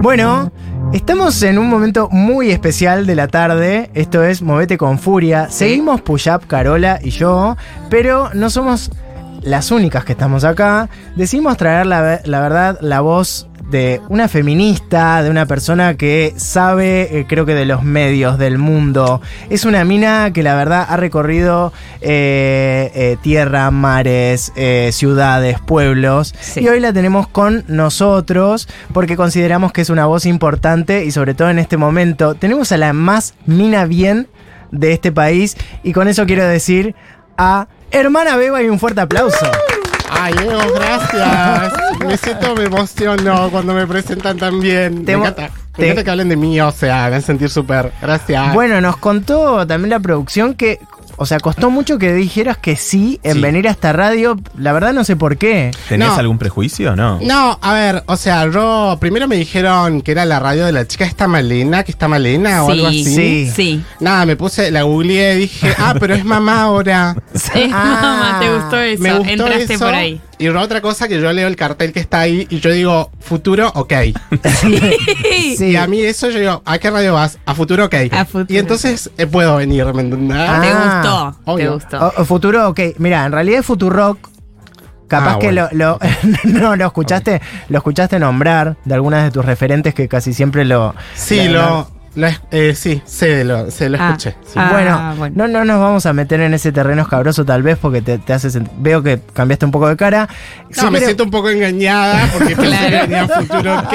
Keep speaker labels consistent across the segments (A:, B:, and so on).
A: Bueno, estamos en un momento muy especial de la tarde. Esto es Movete con Furia. Seguimos Push Up, Carola y yo, pero no somos las únicas que estamos acá. Decidimos traer la, ve- la verdad, la voz de una feminista, de una persona que sabe, eh, creo que de los medios del mundo. Es una mina que la verdad ha recorrido eh, eh, tierra, mares, eh, ciudades, pueblos.
B: Sí.
A: Y hoy la tenemos con nosotros porque consideramos que es una voz importante y sobre todo en este momento tenemos a la más mina bien de este país y con eso quiero decir a Hermana Beba y un fuerte aplauso.
C: Ay, Evo, gracias. Me siento, me emociono cuando me presentan tan bien.
A: Te
C: me
A: mo-
C: encanta, me
A: te-
C: encanta que hablen de mí, o sea, me hacen sentir súper. Gracias.
A: Bueno, nos contó también la producción que, o sea, costó mucho que dijeras que sí en
C: Sí.
A: venir a esta radio, la verdad no sé por qué.
D: ¿Tenés
C: No.
D: algún prejuicio o no?
C: No, a ver, o sea, yo primero me dijeron que era la radio de la chica esta Malena, que está Malena o
B: Sí,
C: algo así.
A: sí.
B: Sí.
C: Nada, me puse, la googleé y dije, ah, pero es mamá ahora.
B: Eh,
A: Ah,
B: mamá, te gustó eso.
C: me gustó
B: Entraste
C: eso.
B: por ahí.
C: Y una otra cosa que yo leo el cartel que está ahí y yo digo, futuro, ok.
A: Sí.
C: Y a mí eso yo digo, ¿a qué radio vas? A futuro, ok.
B: A Futuro.
C: Y entonces eh, puedo venir, ¿me entendés?
A: Ah, Oh,
B: te gustó. Te
C: obvio.
B: gustó.
A: O- o futuro, ok. Mira, en realidad es Futurock. Capaz
C: Ah,
A: que
C: bueno.
A: lo, lo- no lo escuchaste, lo escuchaste nombrar de algunas de tus referentes que casi siempre lo.
C: Sí,
A: la-
C: lo, lo es- eh, sí, se lo, se lo
B: Ah.
C: escuché. sí.
B: Ah,
A: bueno,
B: bueno.
A: No, no nos vamos a meter en ese terreno escabroso tal vez porque te, te hace sent- veo que cambiaste un poco de cara.
C: No,
A: Si
C: me
A: querés-
C: siento un poco engañada porque pensé que
B: Claro.
C: venía Futuro OK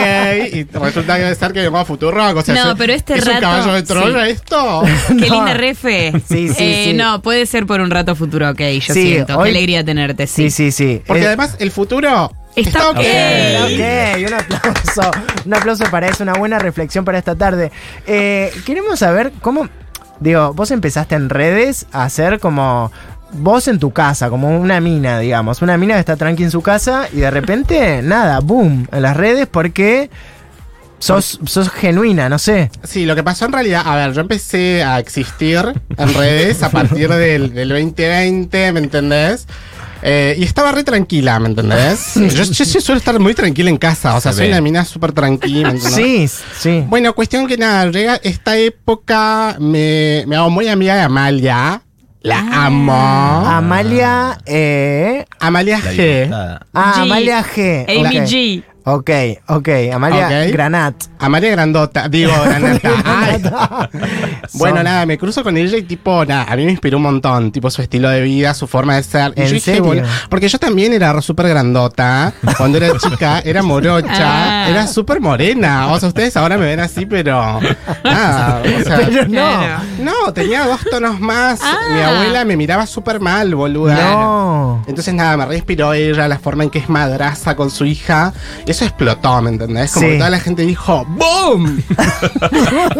C: y resulta que debe ser que vengo a Futuro O sea,
B: No,
C: ¿es-
B: pero este
C: ¿Es un
B: rato,
C: caballo de trono
B: sí.
C: esto?
B: Qué
A: No.
B: linda refe.
A: Sí, sí,
B: Eh,
A: sí.
B: No, puede ser por un rato futuro, ok, yo
A: Sí,
B: siento.
A: hoy-
B: Qué alegría tenerte, sí.
A: Sí, sí, sí.
C: Porque
A: Eh,
C: además el futuro
B: Está ok.
A: Ok, un aplauso. Un aplauso para eso, una buena reflexión para esta tarde. Eh, queremos saber cómo. Digo, vos empezaste en redes a hacer como. Vos en tu casa, como una mina, digamos. Una mina que está tranqui en su casa y de repente, nada, boom, en las redes porque sos, sos genuina, no sé.
C: Sí, lo que pasó en realidad, a ver, yo empecé a existir en redes a partir del, del 2020, ¿me entendés? Eh, y estaba re tranquila, ¿me entendés? Yo, yo sí suelo estar muy tranquila en casa, o sea,
D: Se
C: soy
D: ve.
C: una mina súper tranquila, ¿me entendés?
A: Sí, sí.
C: Bueno, cuestión que nada, llega esta época, me, me hago muy amiga de Amalia. La
A: Ah.
C: amo.
A: Amalia. Eh,
C: Amalia
D: La
C: G.
D: diputada.
A: ah,
B: G.
A: Amalia G.
B: Amy
A: ok.
B: G.
A: Ok, ok. Amalia
C: Ok.
A: Granat.
C: Amalia Grandota, digo, Granata. Ay. Bueno,
A: Son-
C: nada, me cruzo con ella y tipo, nada, a mí me inspiró un montón, tipo su estilo de vida, su forma de ser. Y
A: ¿En
C: yo dije,
A: serio?
C: bueno, porque yo también era súper grandota, cuando era chica, era morocha,
B: Ah.
C: era súper morena. O sea, ustedes ahora me ven así, pero nada, o sea,
A: Pero no.
B: Claro.
C: No, tenía dos tonos más.
B: Ah.
C: Mi abuela me miraba súper mal, boluda.
A: No.
C: Entonces nada, me respiró ella, la forma en que es madraza con su hija. Eso explotó, ¿me entendés? Como
A: Sí.
C: que toda la gente dijo ¡Boom!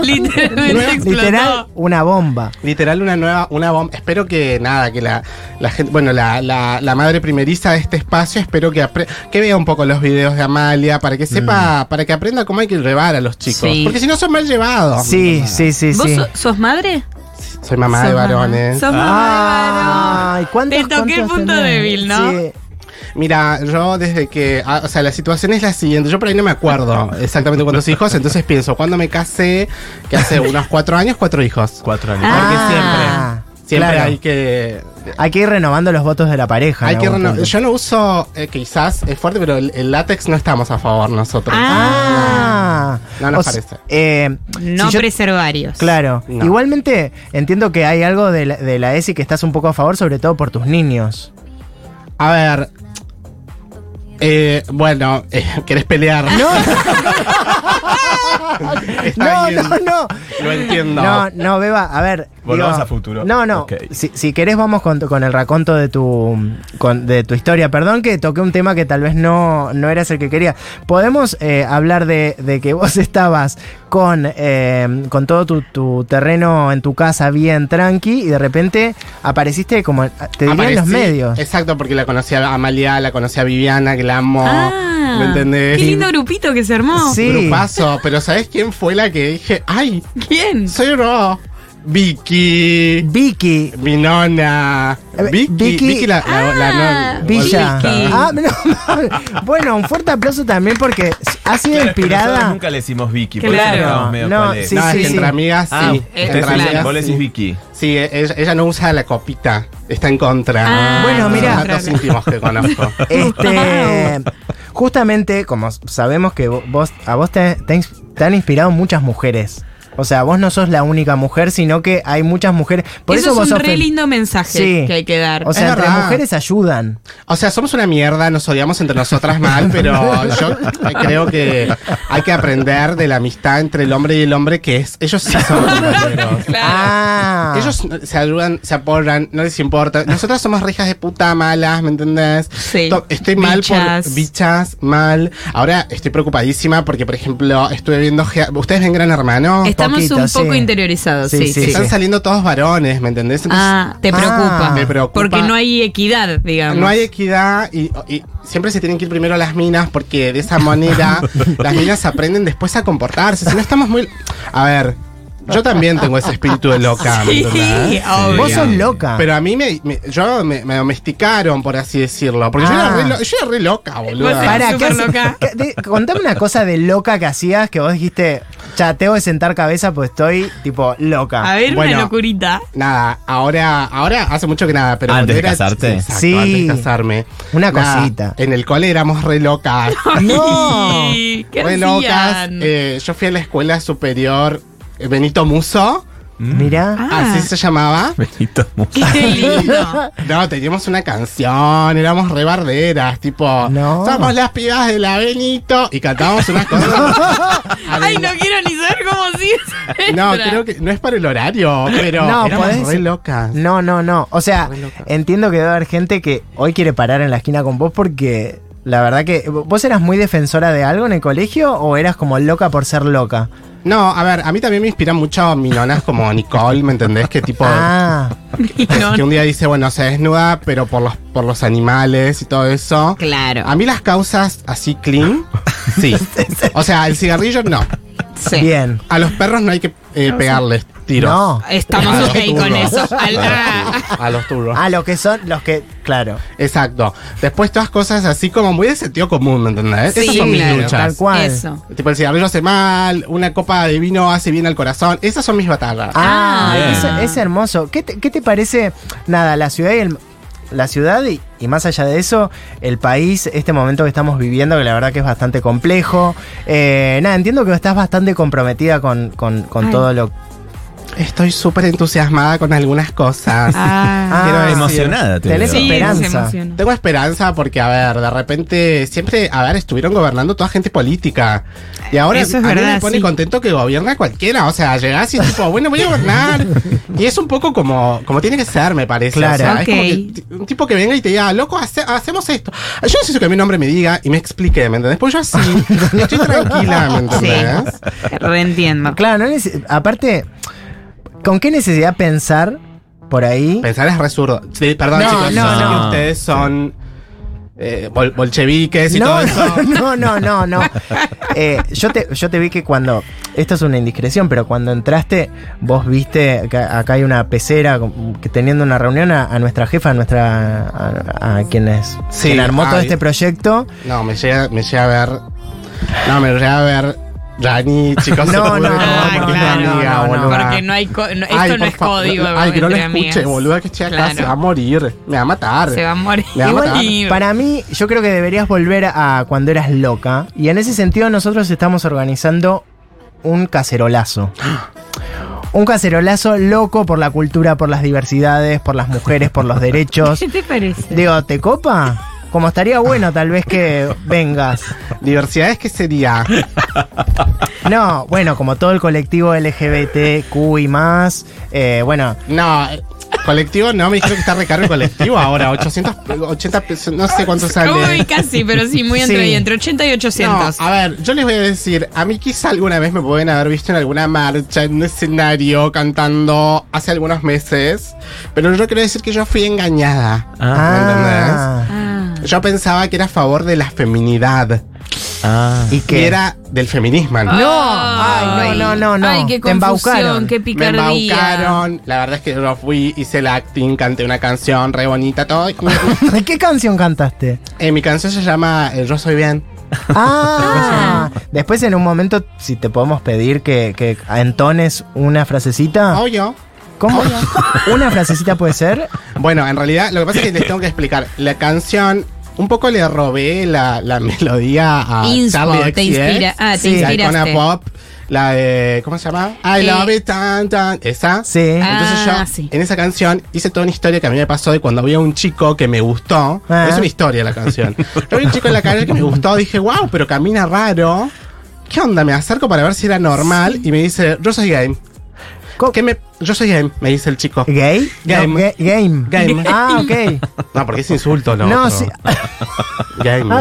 B: Literalmente explotó.
A: Literal, una bomba.
C: Literal una nueva, una bomba. Espero que nada, que la, la gente, bueno, la, la, la madre primeriza de este espacio, espero que, apre- que vea un poco los videos de Amalia, para que sepa,
A: Mm.
C: para que aprenda cómo hay que llevar a los chicos.
B: Sí.
C: Porque si no son mal llevados.
A: Sí, sí, sí,
B: ¿Vos
A: sí.
B: so- sos madre?
C: Soy mamá
B: Sos
C: de varones.
B: Sos mamá de varón.
A: Ay, ¿cuántos-
B: Te toqué el
A: cuántos
B: punto
A: tenés?
B: débil, ¿no?
A: Sí.
C: Mira, yo desde que. ah, o sea, la situación es la siguiente. Yo por ahí no me acuerdo exactamente cuántos hijos. Entonces pienso, cuando me casé, que hace unos cuatro años, cuatro hijos.
D: Cuatro años.
B: Ah.
A: siempre.
C: Siempre hay que.
A: hay que ir renovando los votos de la pareja.
C: Hay
A: en
C: que
A: algún
C: reno-
A: punto.
C: Yo no uso, eh, quizás es fuerte, pero el, el látex no estamos a favor nosotros.
A: Ah.
C: No nos
A: O sea,
C: parece.
A: eh,
B: No
A: si yo-
B: preservarios.
A: Claro.
C: No.
A: Igualmente, entiendo que hay algo de la, de la ESI que estás un poco a favor, sobre todo por tus niños.
C: A ver. eh, bueno, eh, ¿querés pelear? No,
A: No, no, no.
C: Lo entiendo.
A: No, no, Beba, a ver.
D: Volvamos a futuro.
A: No, no.
D: Ok.
A: Si, si querés, vamos con, tu- con el raconto de tu, con- de tu historia. Perdón que toqué un tema que tal vez no, no eras el que quería. Podemos eh, hablar de, de que vos estabas con, eh, con todo tu, tu terreno en tu casa bien tranqui y de repente apareciste como, te diría en los
C: Aparecí-
A: medios.
C: Exacto, porque la conocí a Amalia, la conocí a Viviana, que la amo.
B: Ah,
C: ¿Me entendés?
B: Qué lindo grupito que se armó.
A: Sí.
C: Grupazo, pero ¿sabes quién fue la que dije, ay,
B: ¿Quién?
C: soy yo? Vicky,
A: Vicky.
C: Minona,
A: A ver,
C: Vicky,
A: Eh, Vicky-
C: Vicky, la, la, la-
B: Ah,
C: no-
A: Villa.
B: Vicky.
A: Ah, no, no. Bueno, un fuerte aplauso también porque ha sido
D: Claro, es que nosotros
A: inspirada.
D: nunca le decimos Vicky. por
B: Claro.
D: eso quedamos medio
A: No,
D: palés.
A: sí,
C: no, es que entre
A: sí.
C: amigas,
D: Ah,
C: sí.
D: ustedes
C: entre
D: dicen-
B: claro.
D: vos le
C: amigas,
D: decís
C: sí.
D: Vicky.
C: Sí, e- ella, ella no usa la copita, está en contra.
B: Ah,
A: Bueno,
C: Son
A: mirá.
C: datos íntimos que conozco.
A: Este, justamente, como sabemos que vo- vos, a vos te, te ins- te han inspirado muchas mujeres. O sea, vos no sos la única mujer, sino que hay muchas mujeres. Por eso,
B: eso,
A: vos
B: es un
A: sos
B: re
A: fe-
B: lindo mensaje
A: Sí.
B: que hay que dar.
A: O sea,
C: Es
A: entre
C: verdad.
A: mujeres ayudan.
C: O sea, somos una mierda, nos odiamos entre nosotras mal, pero yo creo que hay que aprender de la amistad entre el hombre y el hombre, que es. Ellos sí son compañeros.
A: Ah,
C: Ellos se ayudan, se apoyan, no les importa. Nosotras somos rijas de puta malas, ¿me entendés?
B: Sí.
C: To- Estoy mal por
B: Bichas.
C: bichas, mal. Ahora estoy preocupadísima porque, por ejemplo, estuve viendo. Ge- ¿Ustedes ven Gran Hermano?
B: Ah, Estamos
A: poquito,
B: un poco
A: sí.
B: interiorizados,
A: Sí,
B: sí,
A: sí,
B: sí.
C: Están saliendo todos varones, ¿me entendés? Entonces,
B: Ah, te
A: Ah,
B: preocupa.
C: me preocupa.
B: Porque no hay equidad, digamos.
C: No hay equidad y, y siempre se tienen que ir primero las minas porque de esa manera las minas aprenden después a comportarse. Si no estamos muy... A ver, yo también tengo ese espíritu de loca. ¿me
B: Sí,
C: entendés?
B: obvio.
A: vos sos loca.
C: Pero a mí me, me- yo me, me domesticaron, por así decirlo. Porque yo,
A: Ah.
C: era re lo- yo era re loca, boludo.
B: Vos eras
A: Pará, ¿qué
B: súper
A: haces-
B: loca.
A: qué- de- contame una cosa de loca que hacías que vos dijiste, ya tengo que sentar cabeza pues estoy tipo
B: A
A: loca.
B: ver,
C: Bueno.
B: una locurita.
C: Nada, ahora, ahora hace mucho que nada, pero. cuando
D: Antes de
C: era-
D: casarte.
C: Exacto,
A: Sí.
C: antes de casarme.
A: Una cosita.
C: En el cole éramos re locas.
A: No.
B: Ay, ¿Qué
C: re locas.
B: hacían?
C: Eh, yo fui a la escuela superior eh, Benito Muso,
D: Mm.
A: Mirá.
B: Ah.
C: así se llamaba.
D: Benito Musso.
B: Qué lindo.
C: No, teníamos una canción, éramos rebarderas, tipo,
A: No.
C: somos las pibas de la Benito y cantábamos unas cosas.
B: Ay, no quiero ni saber cómo sigue. esa
C: No,
B: letra.
C: creo que no es para el horario, pero
A: No,
C: éramos
A: podés-
C: re locas.
A: No, no, no. O sea,
C: Re loca.
A: entiendo que debe haber gente que hoy quiere parar en la esquina con vos porque la verdad que vos eras muy defensora de algo en el colegio o eras como loca por ser loca.
C: No, a ver, a mí también me inspiran mucho minonas como Nicole, ¿me entendés? Que tipo,
A: Ah,
B: No,
C: que un día dice, bueno, se desnuda, pero por los, por los animales y todo eso.
B: Claro.
C: A mí las causas así clean, sí. O sea, el cigarrillo no.
B: sí.
A: bien.
C: A los perros no hay que eh, pegarles tiros.
A: No.
C: A
B: Estamos
C: los
B: ok con
C: turros.
B: eso. Al-
C: A los
B: ah.
C: turros. A los turros.
A: Ah, los que son, los que, claro.
C: Exacto. Después todas cosas así como muy de sentido común, ¿me entendés?
B: Sí,
C: Esas son mis
B: claro.
A: Tal
C: luchas.
A: cual.
B: Eso.
C: Tipo, el cigarrillo hace mal, una copa de vino hace bien al corazón. Esas son mis batallas.
A: Ah,
B: Ah.
A: eso es hermoso. ¿Qué te, qué te parece, nada, la ciudad y el- La ciudad y, y más allá de eso, el país, este momento que estamos viviendo, que la verdad que es bastante complejo. Eh, nada, entiendo que estás bastante comprometida con, con- con
B: Ay.
A: todo lo...
C: Estoy súper entusiasmada con algunas cosas.
B: Ah.
A: Ah,
C: decir-
D: Emocionada, te
A: Tenés
D: veo.
B: Sí,
A: esperanza.
B: se emociona.
C: Tengo esperanza porque, a ver, de repente, siempre, a ver, estuvieron gobernando toda gente política. Y ahora
B: Eso es
C: a mí me
B: verdad,
C: pone
B: sí.
C: contento que gobierna cualquiera. O sea, llegás y tipo, bueno, voy a gobernar. Y es un poco como, como tiene que ser, me parece.
A: Claro.
C: O sea, es como
B: Ok.
C: que t- un tipo que venga y te diga, loco, hace- hacemos esto. Yo necesito que mi nombre me diga y me explique, ¿me entendés? Pues yo así, estoy tranquila, ¿me entendés?
B: Reentiendo.
A: Claro, no neces- aparte, ¿con qué necesidad pensar por ahí?
C: Pensar es resurdo. Sí, perdón,
A: No,
C: chicos, yo
A: no,
C: sé
A: no.
C: que ustedes son eh, bol- bolcheviques y todo
A: No,
C: eso.
A: no, no, no, no. Eh, yo, te, yo te vi que cuando. Esto es una indiscreción, pero cuando entraste, vos viste. que acá hay una pecera con- que teniendo una reunión a, a nuestra jefa, a nuestra. a, a quien es.
C: Sí,
A: quien armó todo
C: ay.
A: este proyecto.
C: No, me llega, me llega a ver. No, me llega a ver. Rani, chicos,
A: No,
C: se lo juro
A: no,
C: que
B: Ah,
A: no,
C: porque es
A: claro,
C: una amiga,
A: no, no,
C: boluda.
B: Porque no hay co- no- esto
C: Ay,
B: no
C: por
B: es
C: favor,
B: código.
C: Ay, que no lo
B: entre
C: escuche,
B: amigas.
C: boluda, que estoy acá,
B: Claro.
C: se va a morir. Me va a matar.
B: Se va a morir.
C: Me va a
B: Igual
C: matar.
B: y-
A: Para mí, yo creo que deberías volver a cuando eras loca. Y en ese sentido, nosotros estamos organizando un cacerolazo. Un cacerolazo loco por la cultura, por las diversidades, por las mujeres, por los derechos.
B: ¿Qué te parece?
A: Digo, ¿te copa? Como estaría bueno tal vez que vengas.
C: Diversidades, ¿qué sería?
A: No, bueno, como todo el colectivo LGBTQ y más. eh, bueno,
C: No, eh, colectivo no, me dijeron que está recargo el colectivo ahora. 880 pesos, no sé cuánto sale.
B: ¿Cómo vi casi? Pero sí, muy entre
A: Sí.
B: y entre 80 y 800.
C: No, a ver, yo les voy a decir, a mí quizá alguna vez me pueden haber visto en alguna marcha, en un escenario, cantando hace algunos meses, pero yo quiero decir que yo fui engañada.
D: Ah.
C: ¿me entendés?
A: ah,
B: Ah.
C: Yo pensaba que era a favor de la feminidad.
D: Ah.
A: ¿Y
C: que
A: qué?
C: era del feminismo.
B: Ah,
A: No, ay, no, no, no, no.
B: Ay, qué
A: Te embaucaron.
B: confusión, qué
C: Me
B: picardía.
C: embaucaron, la verdad es que yo fui, hice el acting, canté una canción re bonita, todo.
A: ¿Qué canción cantaste?
C: Eh, mi canción se llama eh, Yo Soy Bien.
A: Ah, después en un momento, si te podemos pedir que, que entones una frasecita.
C: Oh, yo.
A: ¿Cómo? ¿Una frasecita puede ser?
C: Bueno, en realidad lo que pasa es que les tengo que explicar. La canción, un poco le robé la, la melodía a
B: Inspo,
C: Charlie
B: te
C: XCX,
B: inspira. Ah, te
A: Sí,
C: la icona
B: inspiraste.
C: pop. La de. ¿Cómo se llama? I
B: Eh.
C: love it, tan, tan. Esa.
A: Sí.
B: Ah.
C: Entonces yo,
B: sí.
C: en esa canción, hice toda una historia que a mí me pasó de cuando había un chico que me gustó.
A: Ah.
C: Es una historia la canción. Yo vi un chico en la calle que me gustó, dije, wow, pero camina raro. ¿Qué onda? Me acerco para ver si era normal y me dice, yo soy gay.
A: Co-
C: ¿Qué me, yo soy gay, me dice el chico.
A: ¿Gay?
C: Game.
A: No, ga- game.
C: Game.
A: Ah, ok.
C: No, porque es insulto, lo
A: No,
C: otro.
A: sí.
C: Gay.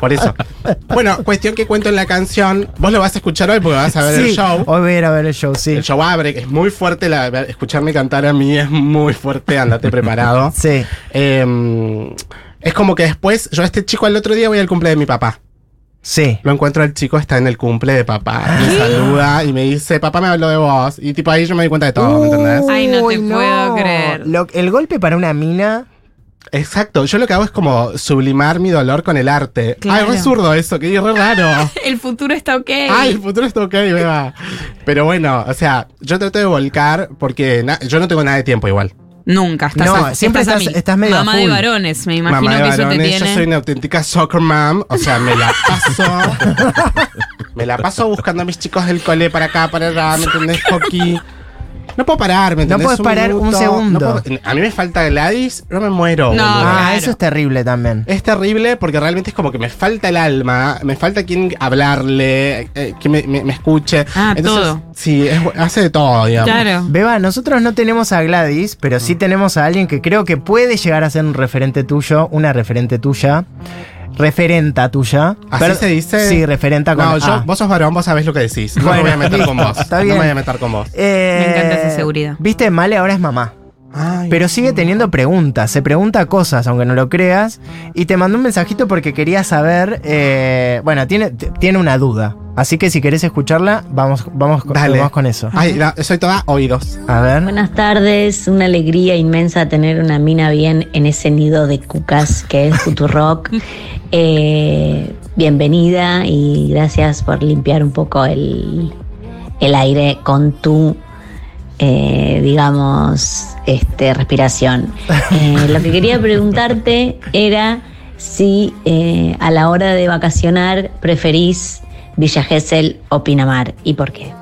C: Por eso. Bueno, cuestión que cuento en la canción. Vos lo vas a escuchar hoy porque vas a ver el
A: Sí,
C: show.
A: Hoy voy a ir a ver el show, sí.
C: El show abre, que es muy fuerte. La, escucharme cantar a mí es muy fuerte. Andate preparado.
A: Sí.
C: Eh, es como que después, yo a este chico al otro día voy al cumple de mi papá.
A: Sí.
C: Lo encuentro al chico, está en el cumple de papá. Me saluda y me dice, papá me habló de vos. Y tipo ahí yo me di cuenta de todo,
A: Uh.
C: ¿me entendés?
B: Ay, no
A: Uy,
B: te puedo creer.
A: Lo- el golpe para una mina.
C: Exacto. Yo lo que hago es como sublimar mi dolor con el arte.
B: Claro.
C: Ay, re zurdo eso, que re raro.
B: El futuro está ok.
C: Ay, el futuro está ok, beba. Pero bueno, o sea, yo trato de volcar porque na- yo no tengo nada de tiempo igual.
B: Nunca, estás
A: No,
B: a-
A: siempre
B: a
A: estás-
B: mil.
A: estás medio a
B: Mamá de
A: full.
B: varones, me imagino
C: Mamá de
B: que eso te
C: varones, yo
B: tiene.
C: soy una auténtica soccer mom. O sea, me la paso. me la paso buscando a mis chicos del cole para acá, para allá, ¿me entendés, Joaquín? No puedo parar, ¿me
A: No
C: entendés?
A: podés parar un
C: minuto,
A: segundo.
C: puedo- a mí me falta Gladys, no me muero.
B: No.
C: boludo.
A: ah,
B: claro.
A: eso es terrible también.
C: Es terrible porque realmente es como que me falta el alma, me falta quien hablarle, eh, que me, me- me escuche.
B: Ah, todo.
C: Sí, es- hace de todo, digamos.
B: Claro. Mm.
A: Beba, nosotros no tenemos a Gladys, pero sí tenemos a alguien que creo que puede llegar a ser un referente tuyo, una referente tuya, referenta tuya.
C: ¿Así
A: Per-
C: se dice?
A: Sí, referenta con
C: No, yo,
A: A. ah.
C: vos sos varón, vos sabés lo que decís. No
A: Bueno,
C: me voy a meter con vos.
A: está
C: No
A: bien.
C: me voy a meter con vos.
A: Eh,
B: Me encanta esa seguridad.
A: Viste, Male ahora es mamá,
C: Ay,
A: pero sigue teniendo preguntas, se pregunta cosas, aunque no lo creas, y te mandó un mensajito porque quería saber, eh, bueno, tiene, t- tiene una duda, así que si querés escucharla, vamos, vamos, con-
C: Dale. Ah.
A: vamos con eso.
C: Ay, la- soy toda oídos.
A: A ver.
E: Buenas tardes, una alegría inmensa tener una mina bien en ese nido de cucas que es Futurock. Eh, bienvenida y gracias por limpiar un poco el, el aire con tu, eh, digamos, este, respiración. Eh, lo que quería preguntarte era si eh, a la hora de vacacionar preferís Villa Gesell o Pinamar y por qué.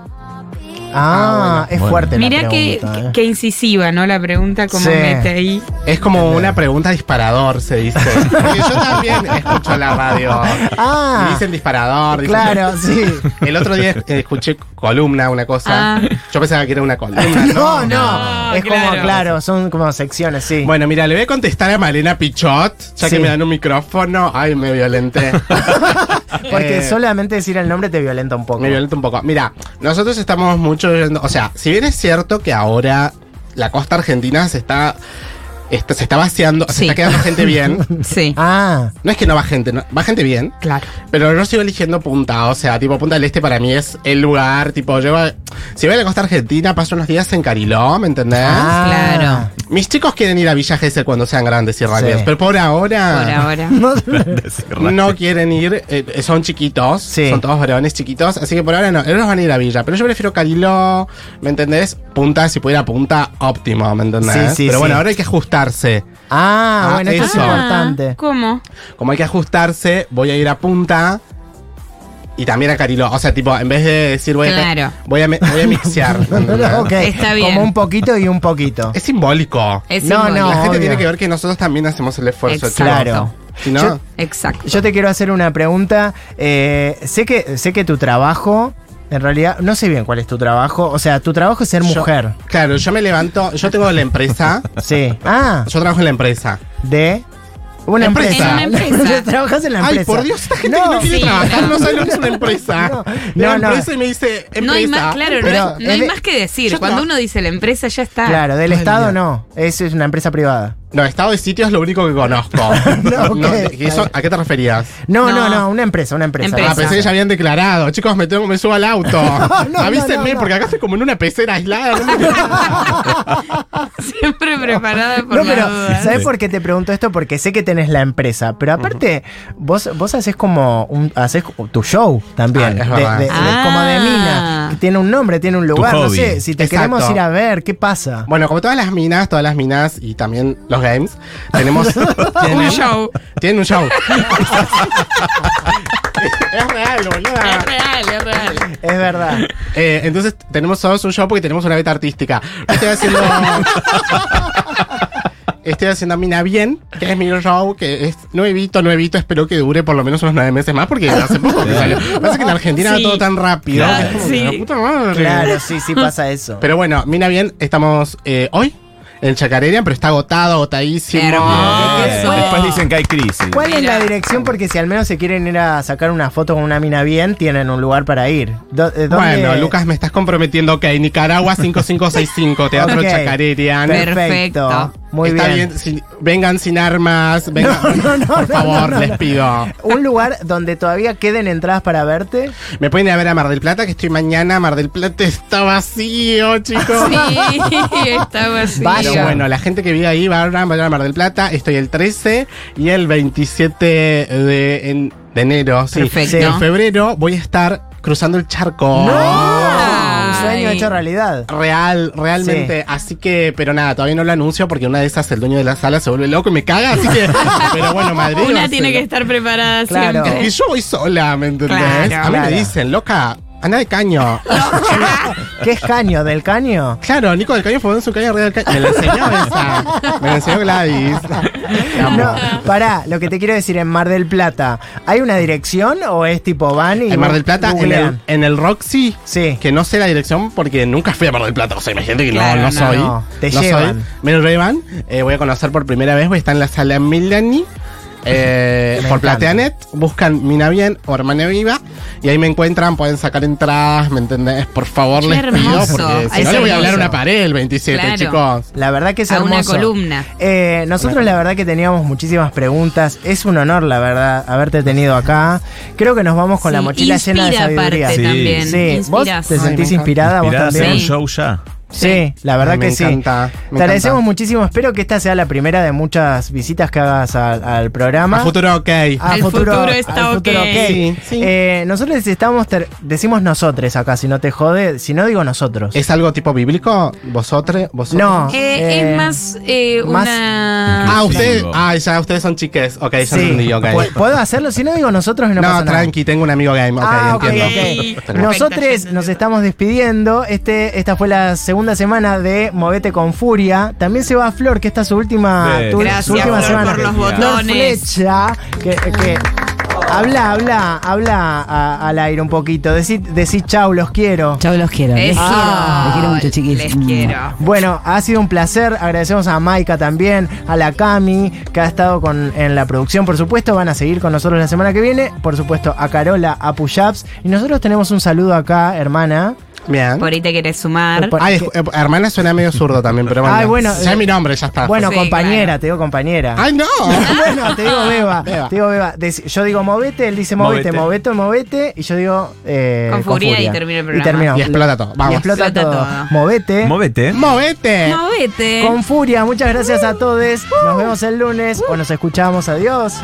A: Ah,
C: Ah,
A: es
D: bueno.
A: fuerte. la
B: Mirá que,
A: pregunta, eh.
B: que incisiva, ¿no? La pregunta como
A: Sí.
B: mete ahí.
C: Es como una pregunta disparador, se dice. Porque yo también escucho la radio.
A: Ah.
C: Y Dicen disparador. dicen-
A: Claro, sí.
C: El otro día eh, escuché columna, una cosa.
B: Ah.
C: Yo pensaba que era una columna.
A: No, no.
B: No,
A: es como,
B: claro.
A: claro, son como secciones, sí.
C: Bueno, mira, le voy a contestar a Malena Pichot, ya
A: Sí.
C: que me dan un micrófono. Ay, me violenté.
A: Porque
C: Eh,
A: solamente decir el nombre te violenta un poco.
C: Me violento un poco. Mira, nosotros estamos mucho yendo- O sea, si bien es cierto que ahora la costa argentina se está. está- se está vaciando, se
B: Sí.
C: está quedando gente bien.
B: Sí.
A: Ah,
C: No es que no va gente, no- va gente bien.
B: Claro.
C: Pero yo sigo eligiendo punta, o sea, tipo Punta del Este para mí es el lugar, tipo, yo voy- si voy a la costa argentina, paso unos días en Cariló, ¿me entendés?
A: ah.
B: Claro.
C: Mis chicos quieren ir a Villa Gesell cuando sean grandes y rabios,
A: Sí.
C: pero por ahora,
A: Ah.
B: Por ahora.
A: No-
C: no quieren ir, eh, son chiquitos,
A: Sí.
C: son todos varones chiquitos, así que por ahora no, ellos van a ir a Villa, pero yo prefiero Cariló, ¿me entendés? Punta, si pudiera punta, óptimo, ¿me entendés?
A: Sí, sí,
C: pero
A: sí.
C: bueno, ahora hay que ajustarse.
A: ah, bueno, esto es
C: eso.
A: importante.
B: ¿Cómo?
C: como hay que ajustarse, voy a ir a punta y también a Cariló. O sea, tipo, en vez de decir voy
B: Claro.
C: a, voy a, me- voy a mixear. ¿entendés?
A: Ok,
B: Está bien.
A: Como un poquito y un poquito.
C: Es simbólico.
B: Es
A: No,
B: simbólico.
A: no.
C: La gente
A: obvio.
C: tiene que ver que nosotros también hacemos el esfuerzo. chicos.
A: Claro.
C: Si no,
A: Yo-
B: Exacto.
A: Yo te quiero hacer una pregunta. eh, sé, que, sé que tu trabajo, en realidad, no sé bien cuál es tu trabajo. O sea, tu trabajo es ser
C: yo-
A: mujer.
C: Claro, yo me levanto, yo tengo la empresa,
A: Sí. Ah,
C: yo trabajo en la empresa.
A: de. Una
C: Empresa.
A: empresa.
B: En una empresa.
A: Trabajas en la empresa.
C: Ay, por Dios, esta gente
A: No,
C: que no quiere
B: sí.
C: trabajar no sabe lo que es una empresa.
A: No,
C: Ve la
A: no, no.
C: empresa y me dice empresa.
B: No hay más, claro, no
A: Pero,
B: hay- no, hay
A: es de-
B: más que decir.
C: yo
B: Cuando
C: traba-
B: uno dice la empresa ya está.
A: Claro, del
C: Todo el
A: Estado
C: día.
A: no. Eso es una empresa privada.
C: No, estado de sitio es lo único que conozco.
A: No, ok.
C: ¿y eso, ¿A qué te referías?
A: No, no,
B: No.
A: no, una empresa, una empresa.
B: Empresa.
C: Ah, pensé que ya habían declarado. Chicos, me, tengo, me subo al auto.
A: no,
C: Avísenme,
A: no, no.
C: porque acá estoy como en una pecera aislada. no me-
B: Siempre preparada por
A: No,
B: la
A: pero
B: duda.
A: ¿sabes por qué te pregunto esto? Porque sé que tenés la empresa, pero aparte vos, vos haces como un, haces tu show también,
C: Ah, es
A: de-
C: verdad.
A: de- de-
B: Ah.
A: como de mina, que tiene un nombre, tiene un lugar, no
D: hobby.
A: sé, si te
C: Exacto.
A: queremos ir a ver, ¿qué pasa?
C: Bueno, como todas las minas, todas las minas y también los games, tenemos.
B: Un
C: tienen-
B: show.
C: Tienen un show. es real, boluda.
A: Ah.
B: Es real, es real.
A: Es verdad.
C: Eh, entonces tenemos todos un show porque tenemos una beta artística. Yo Estoy haciendo. Estoy haciendo Mina Bien, que es mi show, que es nuevito, nuevito. Espero que dure por lo menos unos nueve meses más, porque hace poco que salió. Pasa que en Argentina
B: Sí.
C: va todo tan rápido.
B: Claro,
C: que es como
B: sí.
C: que la puta madre.
A: Claro, sí, sí pasa eso.
C: Pero bueno, Mina Bien, estamos eh, hoy en Chacarera, pero está agotado, agotadísimo.
B: Hermoso.
D: Después dicen que hay crisis.
A: ¿Cuál es
B: Mira.
A: la dirección? Porque si al menos se quieren ir a sacar una foto con una mina bien, tienen un lugar para ir. Do- eh, ¿dónde-
C: Bueno, Lucas, me estás comprometiendo. Ok, Nicaragua 5565, Teatro
A: Ok.
C: Chacarerian.
A: Perfecto.
B: Perfecto.
A: Muy
C: Está
A: bien.
C: bien, sin- vengan sin armas, vengan,
A: No, no, no,
C: por
A: no,
C: favor,
A: no, no,
C: les
A: no.
C: pido.
A: Un lugar donde todavía queden entradas para verte.
C: Me pueden ir a ver a Mar del Plata, que estoy mañana, Mar del Plata está vacío, chicos.
B: Sí, estaba así.
A: Vaya.
C: Pero bueno, la gente que vive ahí va a vayan a Mar del Plata, estoy el 13 y el 27 de, en- de enero, sí.
B: Perfecto.
C: En febrero voy a estar cruzando el charco.
A: Un sueño
B: Ay.
A: hecho realidad.
C: Real, realmente. Así que, pero nada, todavía no lo anuncio porque una de esas, el dueño de la sala se vuelve loco y me caga. Así que, pero bueno, Madrid.
B: Una
C: Barcelona.
B: tiene que estar preparada
A: Claro.
C: Y
B: siempre.
C: yo voy sola, ¿me entendés?
B: Oh. Claro.
C: a mí
A: Claro.
C: me dicen, loca, anda de caño.
A: ¿Qué es caño? ¿Del caño?
C: claro, Nico del Caño fue su caño arriba del caño. Me la enseñó esa. Me la enseñó Gladys. Te amo.
A: No, pará, lo que te quiero decir en Mar del Plata, ¿hay una dirección o es tipo van y
C: En Mar del Plata, en
A: googlean?
C: el, en el Roxy,
A: Sí.
C: que no sé la dirección porque nunca fui a Mar del Plata. O sea, imagínate que no-
B: Claro,
C: no,
B: no,
C: soy.
A: no. Te
C: no
A: llevan.
C: soy. Me lo llevan. Eh, voy a conocer por primera vez. Voy a estar en la sala Milani. eh,
A: Me
C: por
A: encanta.
C: Plateanet, buscan Mina Bien o Hermana Viva y ahí me encuentran, pueden sacar entradas, ¿me entendés? Por favor,
B: Qué
C: les pido,
B: hermoso.
C: porque si
B: Es
C: no le voy a
B: hermoso.
C: hablar a una pared el 27,
B: Claro.
C: chicos.
A: La verdad que es
B: A una
A: hermoso.
B: columna.
A: Eh, nosotros la verdad que teníamos muchísimas preguntas. Es un honor, la verdad, haberte tenido acá. Creo que nos vamos con la
B: Sí,
A: mochila llena de
B: inspira
A: sabiduría.
B: aparte
D: Sí.
B: también.
A: Sí, vos
B: Inspiras.
A: te
C: Ay, me
A: sentís
C: encanta.
A: inspirada, vos
D: Mirá, hacer
A: también.
D: un show ya.
A: Sí, la verdad
C: Ay, me
A: que sí.
C: encanta, me
A: Te
C: encanta.
A: agradecemos muchísimo. Espero que esta sea la primera de muchas visitas que hagas al, al programa.
C: A futuro, ok.
A: A
B: Al futuro está
A: al futuro
B: ok.
C: Sí, sí.
A: Eh, nosotros estamos, ter- decimos nosotros acá, si no te jode, si no digo nosotros.
C: ¿Es algo tipo bíblico? ¿Vosotre? ¿Vosotros?
A: No.
B: Eh,
A: Eh,
B: es más eh,
A: más-
B: una.
C: Ah, ustedes.
D: Inclusivo.
C: Ah, ya, ustedes son chiques. Ok, ya
A: Sí.
C: entendí, ok.
A: Pu- ¿Puedo hacerlo? Si no digo nosotros, no,
C: No,
A: pasa nada.
C: tranqui, tengo un amigo game. Ok,
A: Ah, ok,
C: entiendo.
B: ok.
C: Perfecto.
A: Nosotros nos estamos despidiendo. Este, esta fue la segunda semana de Movete con Furia. También se va Flor, que esta es su última,
D: Sí.
A: tu- su
B: Gracias,
A: última
B: Flor,
A: semana.
B: por los
A: Flor
B: botones.
A: Flecha, que, que- habla, habla, habla a- al aire un poquito. Decid, decid chau, los quiero.
F: Chau, los quiero.
B: Eso.
A: Ah,
F: les quiero mucho, chiquis.
B: Les
F: Mm.
B: quiero.
A: Bueno, ha sido un placer. Agradecemos a Maika también, a la Cami, que ha estado con, en la producción, por supuesto. Van a seguir con nosotros la semana que viene. Por supuesto, a Carola, a Puyaps. Y nosotros tenemos un saludo acá, hermana.
C: Bien.
B: Por ahí te querés sumar.
A: Por-
C: Ay, eh, hermana suena medio zurdo también, pero bueno.
A: Ay, bueno,
C: Ya
A: eh,
C: es mi nombre, ya está.
A: Bueno,
B: Sí,
A: compañera,
B: claro.
A: te digo compañera.
C: Ah. ¡Ay, no!
A: bueno, te digo beba,
C: Beba.
A: te digo beba. Dec- yo digo movete, él dice movete,
D: Movete.
A: movete, movete, y yo digo eh,
B: Con furia y termina el programa.
A: Y termino.
C: Y explota todo. Vamos.
A: Y explota
B: Explota
A: todo.
B: todo.
A: Movete.
D: Móvete.
C: ¡Movete!
B: Movete.
A: Con furia, muchas gracias a todos. Nos vemos el lunes o nos escuchamos. Adiós.